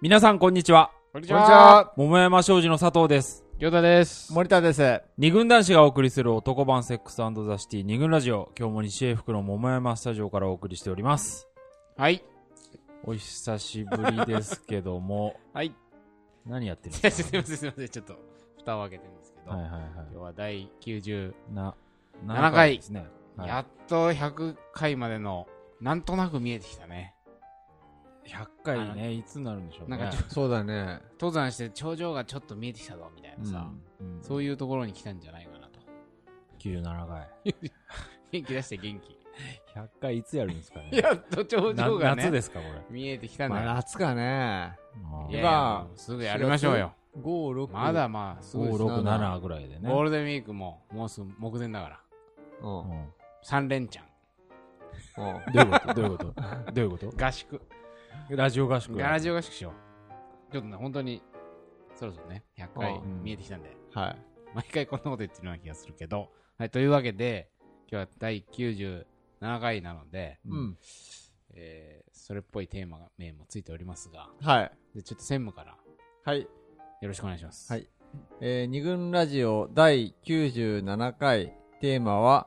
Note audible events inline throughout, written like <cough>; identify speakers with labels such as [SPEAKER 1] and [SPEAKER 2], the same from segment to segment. [SPEAKER 1] 皆さんこんにちは
[SPEAKER 2] こんに
[SPEAKER 3] こんにち。は、
[SPEAKER 1] 桃山商事の佐藤です
[SPEAKER 2] ヨタです。
[SPEAKER 3] 森田です。
[SPEAKER 1] 二軍男子がお送りする男版セックスザシティ二軍ラジオ今日も西英福の桃山スタジオからお送りしております
[SPEAKER 2] はい。
[SPEAKER 1] お久しぶりですけど
[SPEAKER 2] <laughs>
[SPEAKER 1] も
[SPEAKER 2] はい。
[SPEAKER 1] 何やってるん
[SPEAKER 2] すいま
[SPEAKER 1] です
[SPEAKER 2] せ
[SPEAKER 1] か
[SPEAKER 2] ん、すいません、すいません。ちょっと、蓋を開けてるんですけど、
[SPEAKER 1] はいはいは
[SPEAKER 2] 今日は第90、
[SPEAKER 1] いな
[SPEAKER 2] 7回
[SPEAKER 1] ですねはい
[SPEAKER 2] やっと100回までの、なんとなく見えてきたね。
[SPEAKER 1] 100回ねいつになるんでしょうね
[SPEAKER 2] なんかちょ
[SPEAKER 3] そうだね。
[SPEAKER 2] 登山して頂上がちょっと見えてきたぞ、みたいなさ、
[SPEAKER 1] うん
[SPEAKER 2] そういうところに来たんじゃないかなと。
[SPEAKER 1] 97回
[SPEAKER 2] 元気出して元気。
[SPEAKER 1] 100回いつやるんですかね
[SPEAKER 2] やっと頂
[SPEAKER 1] な
[SPEAKER 2] 上が
[SPEAKER 1] 夏
[SPEAKER 2] ね、
[SPEAKER 1] ですかこれ
[SPEAKER 2] 見えてきたん
[SPEAKER 3] ま
[SPEAKER 2] だ
[SPEAKER 3] あ
[SPEAKER 2] よ。
[SPEAKER 3] 夏か
[SPEAKER 2] い
[SPEAKER 3] ね。や
[SPEAKER 2] やい
[SPEAKER 3] いや
[SPEAKER 2] や、
[SPEAKER 3] も
[SPEAKER 2] もうすぐやりましょうよ。
[SPEAKER 3] 5、6。
[SPEAKER 2] まだまあ、すぐです
[SPEAKER 3] 五六
[SPEAKER 1] 567ぐらいでね
[SPEAKER 2] ゴールデンウィークも、もうすぐ目前だから。
[SPEAKER 3] うん。うん。
[SPEAKER 1] うん
[SPEAKER 2] 3連チャン。
[SPEAKER 1] どういうことどういうことどういう
[SPEAKER 2] <laughs>
[SPEAKER 1] こと
[SPEAKER 2] 合宿。
[SPEAKER 1] ラジオ合宿。
[SPEAKER 2] ガラジオ合宿しよう。ちょっとね、本当に、そろそろね、100回
[SPEAKER 3] うん
[SPEAKER 2] 見えてきたんで、
[SPEAKER 3] はい。
[SPEAKER 2] 毎回こんなこと言ってるような気がするけど、 <laughs> はい、というわけで、今日は第97回なので、
[SPEAKER 3] <laughs> うん。
[SPEAKER 2] えーそれっぽいテーマが、名もついておりますが、
[SPEAKER 3] はい。
[SPEAKER 2] でちょっと専務から
[SPEAKER 3] はい。
[SPEAKER 2] よろしくお願いします。
[SPEAKER 3] はいえー、二軍ラジオ第97回テーマは、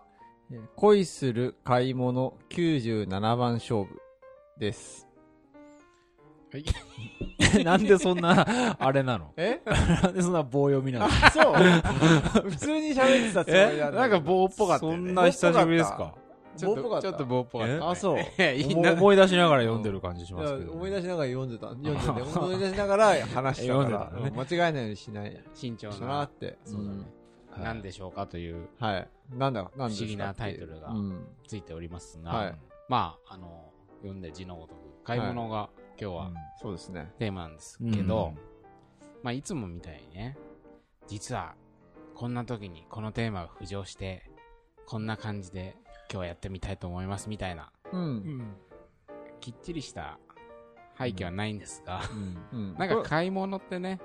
[SPEAKER 3] えー恋する買い物97番勝負です。
[SPEAKER 1] <laughs> なんでそんな、あれなの
[SPEAKER 3] え <laughs>
[SPEAKER 1] なんでそんな棒読みなの
[SPEAKER 3] そう <laughs> 普通に喋ってたつもりなんだ
[SPEAKER 2] なんか棒っぽかったよ
[SPEAKER 1] そ
[SPEAKER 2] ね。
[SPEAKER 1] んな久しぶりですか
[SPEAKER 2] ちょっ
[SPEAKER 3] 棒っぽか
[SPEAKER 2] と、
[SPEAKER 3] った
[SPEAKER 2] ちょっと棒っぽかった、
[SPEAKER 1] え
[SPEAKER 3] あ、 <laughs> そう。
[SPEAKER 2] いやいい
[SPEAKER 1] 思
[SPEAKER 2] な。
[SPEAKER 1] 思い出しながら読んでる感じしますけど。
[SPEAKER 3] 思い出しながら読んでた。読んでて、 <laughs> 思い出しながら話したから、
[SPEAKER 1] 読んでた
[SPEAKER 3] 間違えないようにしない。
[SPEAKER 2] 慎重
[SPEAKER 3] しなー
[SPEAKER 2] な
[SPEAKER 3] っ、て。
[SPEAKER 2] そうだね
[SPEAKER 1] うん
[SPEAKER 2] なんでしょうかという、
[SPEAKER 3] はい。なんだ、なんで
[SPEAKER 2] 不思議なタイトルが
[SPEAKER 3] うん。
[SPEAKER 2] ついておりますが、
[SPEAKER 3] はい
[SPEAKER 2] まあ、あの、読んで字のごとく、買い物が今日は
[SPEAKER 3] そうですね。
[SPEAKER 2] テーマなんです
[SPEAKER 1] うん
[SPEAKER 2] けど、まあ、いつもみたいにね、実は、こんな時にこのテーマが浮上して、こんな感じで今日はやってみたいと思いますみたいな、
[SPEAKER 3] う。
[SPEAKER 1] うんん。
[SPEAKER 2] きっちりした背景はないんですが、
[SPEAKER 3] うん。
[SPEAKER 2] なんか買い物ってね、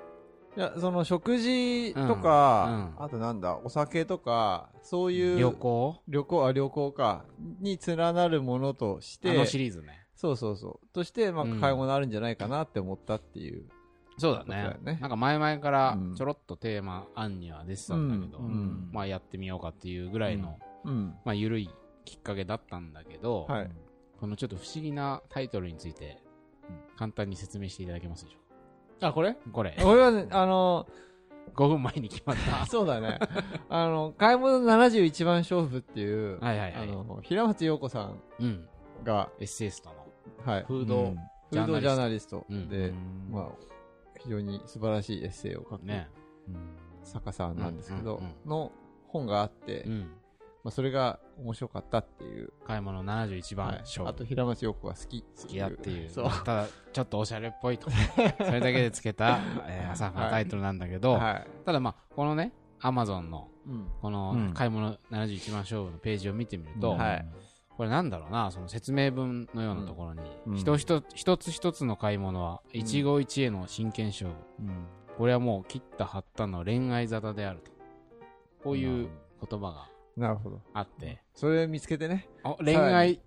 [SPEAKER 3] いや、その食事と
[SPEAKER 2] うん
[SPEAKER 3] か
[SPEAKER 2] う、ん
[SPEAKER 3] あとなんだ、お酒とか、そういう。
[SPEAKER 2] 旅。行
[SPEAKER 3] 旅行、あ、旅行か。に連なるものとし
[SPEAKER 2] あ
[SPEAKER 3] て
[SPEAKER 2] の、シリーズね。
[SPEAKER 3] そうそうそう。として、まあ、
[SPEAKER 2] うん
[SPEAKER 3] 買い物あるんじゃないかなって思ったっていう。
[SPEAKER 2] そうだ
[SPEAKER 3] そうだよ
[SPEAKER 2] ね。
[SPEAKER 3] ね
[SPEAKER 2] なんか前々から
[SPEAKER 3] うん
[SPEAKER 2] ちょろっとテーマ案には出てたんだけど、
[SPEAKER 1] うんうん
[SPEAKER 2] まあやってみようかっていうぐらいの、
[SPEAKER 1] うん
[SPEAKER 3] うん。
[SPEAKER 2] まあ緩いきっかけだったんだけど、
[SPEAKER 3] はい。
[SPEAKER 2] このちょっと不思議なタイトルについて、簡単に説明していただけますでしょ
[SPEAKER 3] あ、これ
[SPEAKER 2] うかこれ、
[SPEAKER 3] 俺はね、あの、
[SPEAKER 2] 5分前に決ま
[SPEAKER 3] <laughs>
[SPEAKER 2] った。
[SPEAKER 3] そうだ
[SPEAKER 2] <laughs>
[SPEAKER 3] ね。あの、買い物71番勝負っていう、
[SPEAKER 2] はいはいは
[SPEAKER 3] あ
[SPEAKER 2] い。
[SPEAKER 3] の、平松陽子さん
[SPEAKER 2] うん。
[SPEAKER 3] が、
[SPEAKER 2] エッセイストの
[SPEAKER 3] はい。
[SPEAKER 2] フード、
[SPEAKER 1] うん
[SPEAKER 3] フードジャーナリスト
[SPEAKER 2] うん
[SPEAKER 3] で、
[SPEAKER 1] うん
[SPEAKER 3] まあ、非常に素晴らしいエッセイを書く
[SPEAKER 2] ね。
[SPEAKER 3] 作家さんなんですけど、
[SPEAKER 2] うんうんう
[SPEAKER 3] の本があって、
[SPEAKER 2] うん。
[SPEAKER 3] まあ、それが面白かったっていう、
[SPEAKER 2] 買い物71
[SPEAKER 3] は
[SPEAKER 2] 番
[SPEAKER 3] い
[SPEAKER 2] 勝負。
[SPEAKER 3] あと平松陽子が好き
[SPEAKER 2] 好きだっていう。
[SPEAKER 3] そう、は
[SPEAKER 2] ただ、ちょっとおしゃれっぽいと。 <laughs> それだけでつけた、えー浅はかなタイトルなんだけど、
[SPEAKER 3] い
[SPEAKER 2] ただまあ、このね、アマゾンの、
[SPEAKER 3] うん、
[SPEAKER 2] こ
[SPEAKER 1] う
[SPEAKER 2] の
[SPEAKER 1] ん、
[SPEAKER 2] 買い物71番勝負のページを見てみる
[SPEAKER 1] う
[SPEAKER 2] と、
[SPEAKER 1] ん
[SPEAKER 3] はい
[SPEAKER 2] これなんだろうな、その説明文のようなところに、
[SPEAKER 1] うん
[SPEAKER 2] 一一つ一つ一つの買い物は、一期一会の真剣勝負。
[SPEAKER 1] うん
[SPEAKER 2] これはもう切った貼ったの恋愛沙汰であると。こういう言葉が
[SPEAKER 3] なるほど
[SPEAKER 2] あって、
[SPEAKER 3] それ見つけてね
[SPEAKER 2] お恋愛、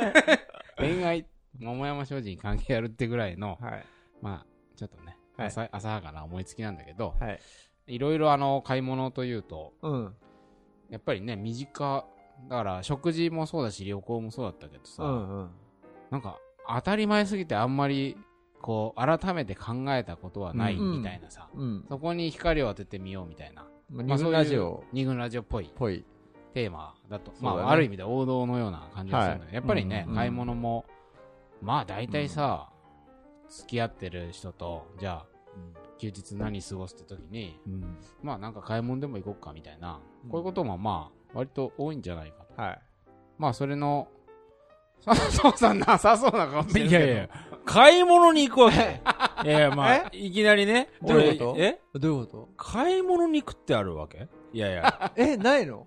[SPEAKER 2] <laughs> 恋愛、桃山商事に関係あるってぐらいの、
[SPEAKER 3] はい
[SPEAKER 2] まあ、ちょっとね、
[SPEAKER 3] はい
[SPEAKER 2] 浅い浅はかな思いつきなんだけど、
[SPEAKER 3] はい
[SPEAKER 2] いろいろあの、買い物というと、
[SPEAKER 3] うん
[SPEAKER 2] やっぱりね、身近、だから食事もそうだし、旅行もそうだったけどさ、
[SPEAKER 3] うんうん
[SPEAKER 2] なんか当たり前すぎてあんまりこう改めて考えたことはない
[SPEAKER 3] うん
[SPEAKER 2] みたいなさ、
[SPEAKER 3] うん、
[SPEAKER 2] そこに光を当ててみようみたいな、
[SPEAKER 3] まあ、
[SPEAKER 2] ま
[SPEAKER 3] ニ
[SPEAKER 2] あそう
[SPEAKER 3] ズ
[SPEAKER 2] いう
[SPEAKER 3] ラジオ
[SPEAKER 2] 二軍ラジオっぽい
[SPEAKER 3] っぽい、
[SPEAKER 2] テーマだと
[SPEAKER 3] そう
[SPEAKER 2] ま
[SPEAKER 3] だね
[SPEAKER 2] あある意味で王道のような感じがするんだけど、やっぱりね、
[SPEAKER 3] うんうん
[SPEAKER 2] 買い物もまあ大体さ、付き合ってる人とじゃあ休日何過ごすって時に
[SPEAKER 1] うん
[SPEAKER 2] まあなんか買い物でも行こうかみたいな、こういうこともまあ割と多いんじゃないかと
[SPEAKER 3] はい
[SPEAKER 2] まあそれの佐藤さんなさそうな顔してる
[SPEAKER 1] い
[SPEAKER 2] け
[SPEAKER 1] や
[SPEAKER 2] ど
[SPEAKER 1] いや、買い物に行くわ <laughs> け。いやいや、まあ、いきなりね。
[SPEAKER 3] どういうこと
[SPEAKER 1] 俺え
[SPEAKER 3] どういうこ
[SPEAKER 1] 買い物に行くってあるわけい <laughs> やいや、
[SPEAKER 3] とえないの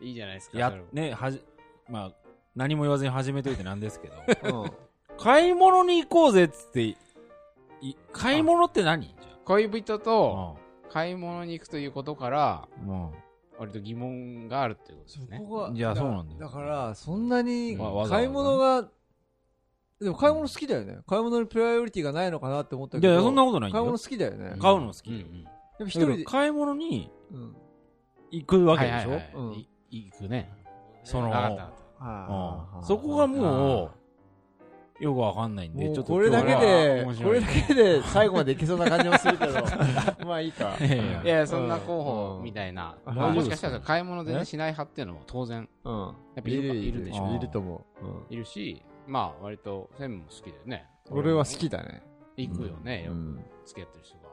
[SPEAKER 2] いいじゃないですか
[SPEAKER 1] や
[SPEAKER 2] それも、
[SPEAKER 1] ね、はじ、まあ、何も言わずに始めといてなんですけど。
[SPEAKER 3] うん
[SPEAKER 1] 買い物に行こうぜっつって、い買い物って何じ
[SPEAKER 2] 恋人
[SPEAKER 1] ゃ
[SPEAKER 2] と
[SPEAKER 1] あ。
[SPEAKER 2] 買い物に行くということから、
[SPEAKER 1] うん。うん
[SPEAKER 2] 割と疑問があるっていうことですね。
[SPEAKER 3] こが
[SPEAKER 1] いやそうなんだよ
[SPEAKER 3] だからそんなに
[SPEAKER 1] まあわざわざ
[SPEAKER 3] 買い物がでも買い物好きだよね。買い物にプライオリティがないのかなって思った
[SPEAKER 1] い
[SPEAKER 3] けど。
[SPEAKER 1] や、そんなことないんだ
[SPEAKER 3] 買い
[SPEAKER 1] よ
[SPEAKER 3] 物。好きだよね。
[SPEAKER 1] 買うの好き
[SPEAKER 2] うん
[SPEAKER 1] だ
[SPEAKER 2] う
[SPEAKER 1] よ。
[SPEAKER 2] ん
[SPEAKER 3] でも一
[SPEAKER 1] 一人
[SPEAKER 3] 人で。
[SPEAKER 1] 買い物に
[SPEAKER 3] うん。
[SPEAKER 1] 行くわけでしょ、
[SPEAKER 2] はいはいはい
[SPEAKER 3] うん
[SPEAKER 2] い行くね。
[SPEAKER 1] その
[SPEAKER 2] わかったわかっ
[SPEAKER 1] うんそこがもう、よくわかんないんで、
[SPEAKER 3] も
[SPEAKER 1] ちょ
[SPEAKER 3] う
[SPEAKER 1] っと
[SPEAKER 3] これだけで
[SPEAKER 1] 今日は面、白い
[SPEAKER 3] これだけで最後までいけそうな感じもするけど、まあいいか。
[SPEAKER 1] いやいや
[SPEAKER 2] た。いやいや、そんな候補
[SPEAKER 3] うん
[SPEAKER 2] みたいな。
[SPEAKER 3] うん
[SPEAKER 2] まあ
[SPEAKER 3] はい
[SPEAKER 2] もしかしたら買い物全然しない派っていうのも当然
[SPEAKER 3] うん。
[SPEAKER 2] やっぱいるかいるでしょ
[SPEAKER 3] いると思う。うん
[SPEAKER 2] いるし、まあ割と専務も好きだよね。
[SPEAKER 3] 俺は好きだね。
[SPEAKER 2] 行くよね。
[SPEAKER 3] う
[SPEAKER 2] よ
[SPEAKER 3] ん。
[SPEAKER 2] く付き合ってる人が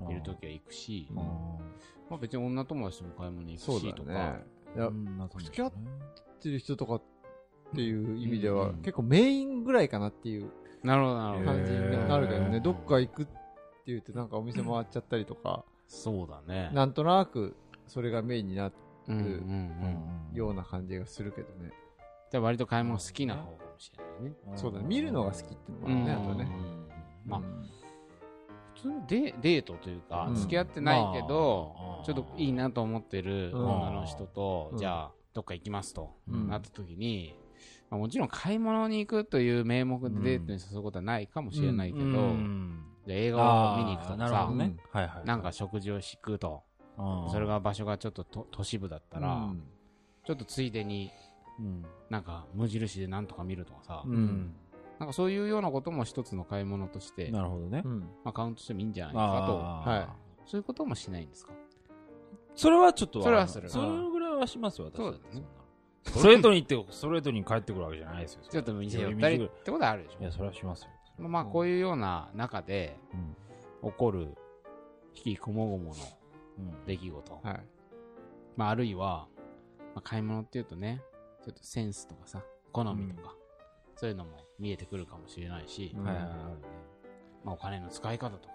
[SPEAKER 3] うん
[SPEAKER 2] いるときは行くし、
[SPEAKER 3] うん
[SPEAKER 2] まあ別に女友達とも買い物に行
[SPEAKER 3] そ
[SPEAKER 2] く
[SPEAKER 3] う
[SPEAKER 2] し
[SPEAKER 3] だ
[SPEAKER 2] と
[SPEAKER 3] ね
[SPEAKER 2] か。。
[SPEAKER 3] いや
[SPEAKER 1] 付き合っ
[SPEAKER 3] やってる人とかっていう意味では、
[SPEAKER 2] うん
[SPEAKER 3] 結構メインぐらいかなっていう
[SPEAKER 2] なるほど、なるほど。
[SPEAKER 3] 感じになるけどね、
[SPEAKER 1] へー
[SPEAKER 3] どっか行くって言ってなんかお店回っちゃったりとか、
[SPEAKER 2] そうだね。
[SPEAKER 3] なんとなくそれがメインになる
[SPEAKER 2] うんうんう。
[SPEAKER 1] うんん
[SPEAKER 3] ような感じがするけどね、
[SPEAKER 2] じゃあ割と買い物好きな方かもしれないね。
[SPEAKER 3] そうだね見るのが好きっていうの
[SPEAKER 2] う
[SPEAKER 3] もあ
[SPEAKER 2] ん
[SPEAKER 3] るね、あとね、
[SPEAKER 2] まあ
[SPEAKER 3] うん
[SPEAKER 2] 普通にデデートというか、
[SPEAKER 3] うん
[SPEAKER 2] 付き合ってないけど、
[SPEAKER 1] まあ
[SPEAKER 2] ちょっといいなと思ってる
[SPEAKER 3] うん
[SPEAKER 2] 女の人と、
[SPEAKER 3] うん
[SPEAKER 2] じゃあどっか行きますと、
[SPEAKER 3] うん
[SPEAKER 2] なった時に、まあ、もちろん買い物に行くという名目でデートに誘うことはないかもしれないけど、
[SPEAKER 1] うん
[SPEAKER 2] じゃあ映画
[SPEAKER 1] あ
[SPEAKER 2] を
[SPEAKER 1] ー
[SPEAKER 2] 見に行くと
[SPEAKER 1] な
[SPEAKER 2] か
[SPEAKER 1] る
[SPEAKER 2] さ
[SPEAKER 1] ほどね。はいはい。
[SPEAKER 2] なんか食事をし食うと、
[SPEAKER 1] うん、
[SPEAKER 2] それが場所がちょっとと都市部だったら、ちょっとついでに
[SPEAKER 1] うん、
[SPEAKER 2] なんか無印でなんとか見るとかさ、
[SPEAKER 1] うん。
[SPEAKER 2] なんかそういうようなことも一つの買い物として、ま
[SPEAKER 1] なるほどね
[SPEAKER 3] う。ん
[SPEAKER 2] あ、カウントしてもいいんじゃない
[SPEAKER 1] あー
[SPEAKER 2] か
[SPEAKER 3] はい
[SPEAKER 2] と、そういうこともしないんですか
[SPEAKER 1] それはちょっと、
[SPEAKER 2] それはする
[SPEAKER 1] それぐらいはしますよ、私。
[SPEAKER 2] そうだね
[SPEAKER 1] んなのストレートに行って、ストレートに帰ってくるわけじゃないですよ。
[SPEAKER 2] ちょっと店寄ったりってことはあるでし
[SPEAKER 1] い
[SPEAKER 2] ょ
[SPEAKER 1] や、それはしますよ。
[SPEAKER 2] まあまあこういうような中で
[SPEAKER 1] うん。
[SPEAKER 2] 起こる引きこもごもの
[SPEAKER 1] うん
[SPEAKER 2] 出来事、
[SPEAKER 3] はい
[SPEAKER 2] まあ、あるいは、まあ、買い物っていうとねちょっとセンスとかさ好みとか、そういうのも見えてくるかもしれないし、
[SPEAKER 3] うん
[SPEAKER 1] はいはいはい
[SPEAKER 2] まあ、お金の使い方とか、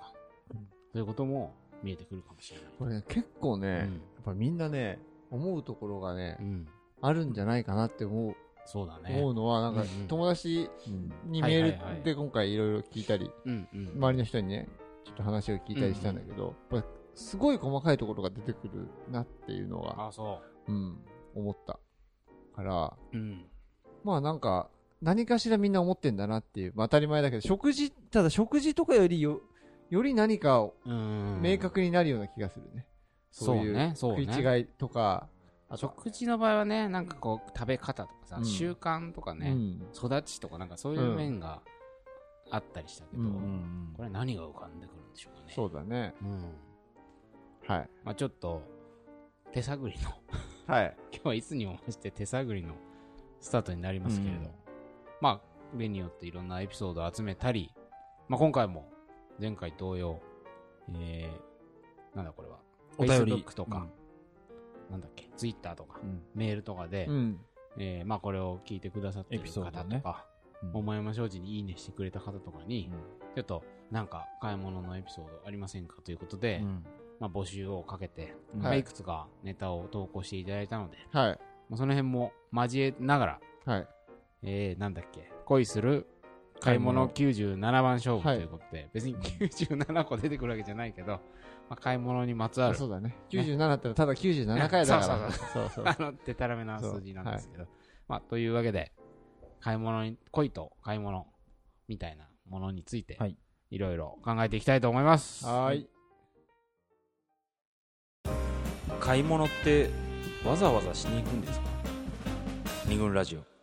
[SPEAKER 1] うん
[SPEAKER 2] そういうことも見えてくるかもしれない。
[SPEAKER 3] これね結構ね、
[SPEAKER 2] う
[SPEAKER 3] やっ
[SPEAKER 2] ん
[SPEAKER 3] ぱみんなね思うところがね、
[SPEAKER 2] うん、
[SPEAKER 3] あるんじゃないかなって思う,、
[SPEAKER 2] そうだね。
[SPEAKER 3] 思うのはなんか
[SPEAKER 2] うんうん
[SPEAKER 3] 友達
[SPEAKER 1] うん
[SPEAKER 3] に
[SPEAKER 2] はい
[SPEAKER 3] メ
[SPEAKER 2] はいはい
[SPEAKER 3] ールで今回いろいろ聞いたり、
[SPEAKER 2] うんうん、
[SPEAKER 3] 周りの人にねちょっと話を聞いたりしたんだけど、やっぱすごい細かいところが出てくるなっていうの
[SPEAKER 2] あ
[SPEAKER 3] が、
[SPEAKER 2] あ、そ
[SPEAKER 3] うん、思ったから
[SPEAKER 2] う。うん。
[SPEAKER 3] まあなんか何かしらみんな思ってんだなっていう、まあ、当たり前だけど食事ただ食事とかよりよより何かを
[SPEAKER 2] うん。
[SPEAKER 3] 明確になるような気がするね、
[SPEAKER 2] そう
[SPEAKER 3] いう
[SPEAKER 2] ね、そう
[SPEAKER 3] 食い
[SPEAKER 2] ね。
[SPEAKER 3] 違いとか、あと
[SPEAKER 2] 食事の場合はね、なんかこう、食べ方とかさ、
[SPEAKER 3] うん
[SPEAKER 2] 習慣とかね、
[SPEAKER 3] うん
[SPEAKER 2] 育ちとかなんかそういう面があったりしたけど、
[SPEAKER 3] うん
[SPEAKER 1] うん
[SPEAKER 2] これ何が浮かんでくるんでしょうかね。
[SPEAKER 3] そうだね
[SPEAKER 2] うん。
[SPEAKER 3] はい
[SPEAKER 2] まあちょっと、手探りの、 <laughs>
[SPEAKER 3] はい
[SPEAKER 2] 今日はいつにも増して手探りのスタートになりますけれど、
[SPEAKER 1] うん
[SPEAKER 2] まあ、例によっていろんなエピソードを集めたり、まあ今回も前回同様、えー、なんだこれは、
[SPEAKER 1] お便り
[SPEAKER 2] Facebook とか、なんだっけ、Twitter とか、
[SPEAKER 1] うん
[SPEAKER 2] メールとかで、
[SPEAKER 3] うん
[SPEAKER 2] えーまあこれを聞いてくださってる
[SPEAKER 1] エピソ
[SPEAKER 2] 方と
[SPEAKER 1] ー
[SPEAKER 2] か、
[SPEAKER 1] ドねうん
[SPEAKER 2] 桃山商事にいいねしてくれた方とかに、ちょっとなんか買い物のエピソードありませんかということで、
[SPEAKER 1] うん
[SPEAKER 2] まあ、募集をかけて、
[SPEAKER 1] うん
[SPEAKER 2] まあ
[SPEAKER 3] はい
[SPEAKER 2] いくつかネタを投稿していただいたので、
[SPEAKER 3] はい
[SPEAKER 2] まあ、その辺も交えながら、
[SPEAKER 3] はい
[SPEAKER 2] えー、なんだっけ、恋する買い物97番勝負と
[SPEAKER 3] はい
[SPEAKER 2] いうことで、別に97個出てくるわけじゃないけど、まあ、買い物にまつわる
[SPEAKER 3] そ、うだね97ってのはただ97回だ
[SPEAKER 2] <laughs>
[SPEAKER 3] からそうそう
[SPEAKER 2] あの、でたらめな数字なんですけど、まあ、というわけで、買い物に、恋と買い物みたいなものについて、
[SPEAKER 1] はいい、
[SPEAKER 2] ろいろ考えていきたいと思います。
[SPEAKER 3] <laughs> はーい
[SPEAKER 1] 買い物ってわざわざしに行くんですか二軍ラジオ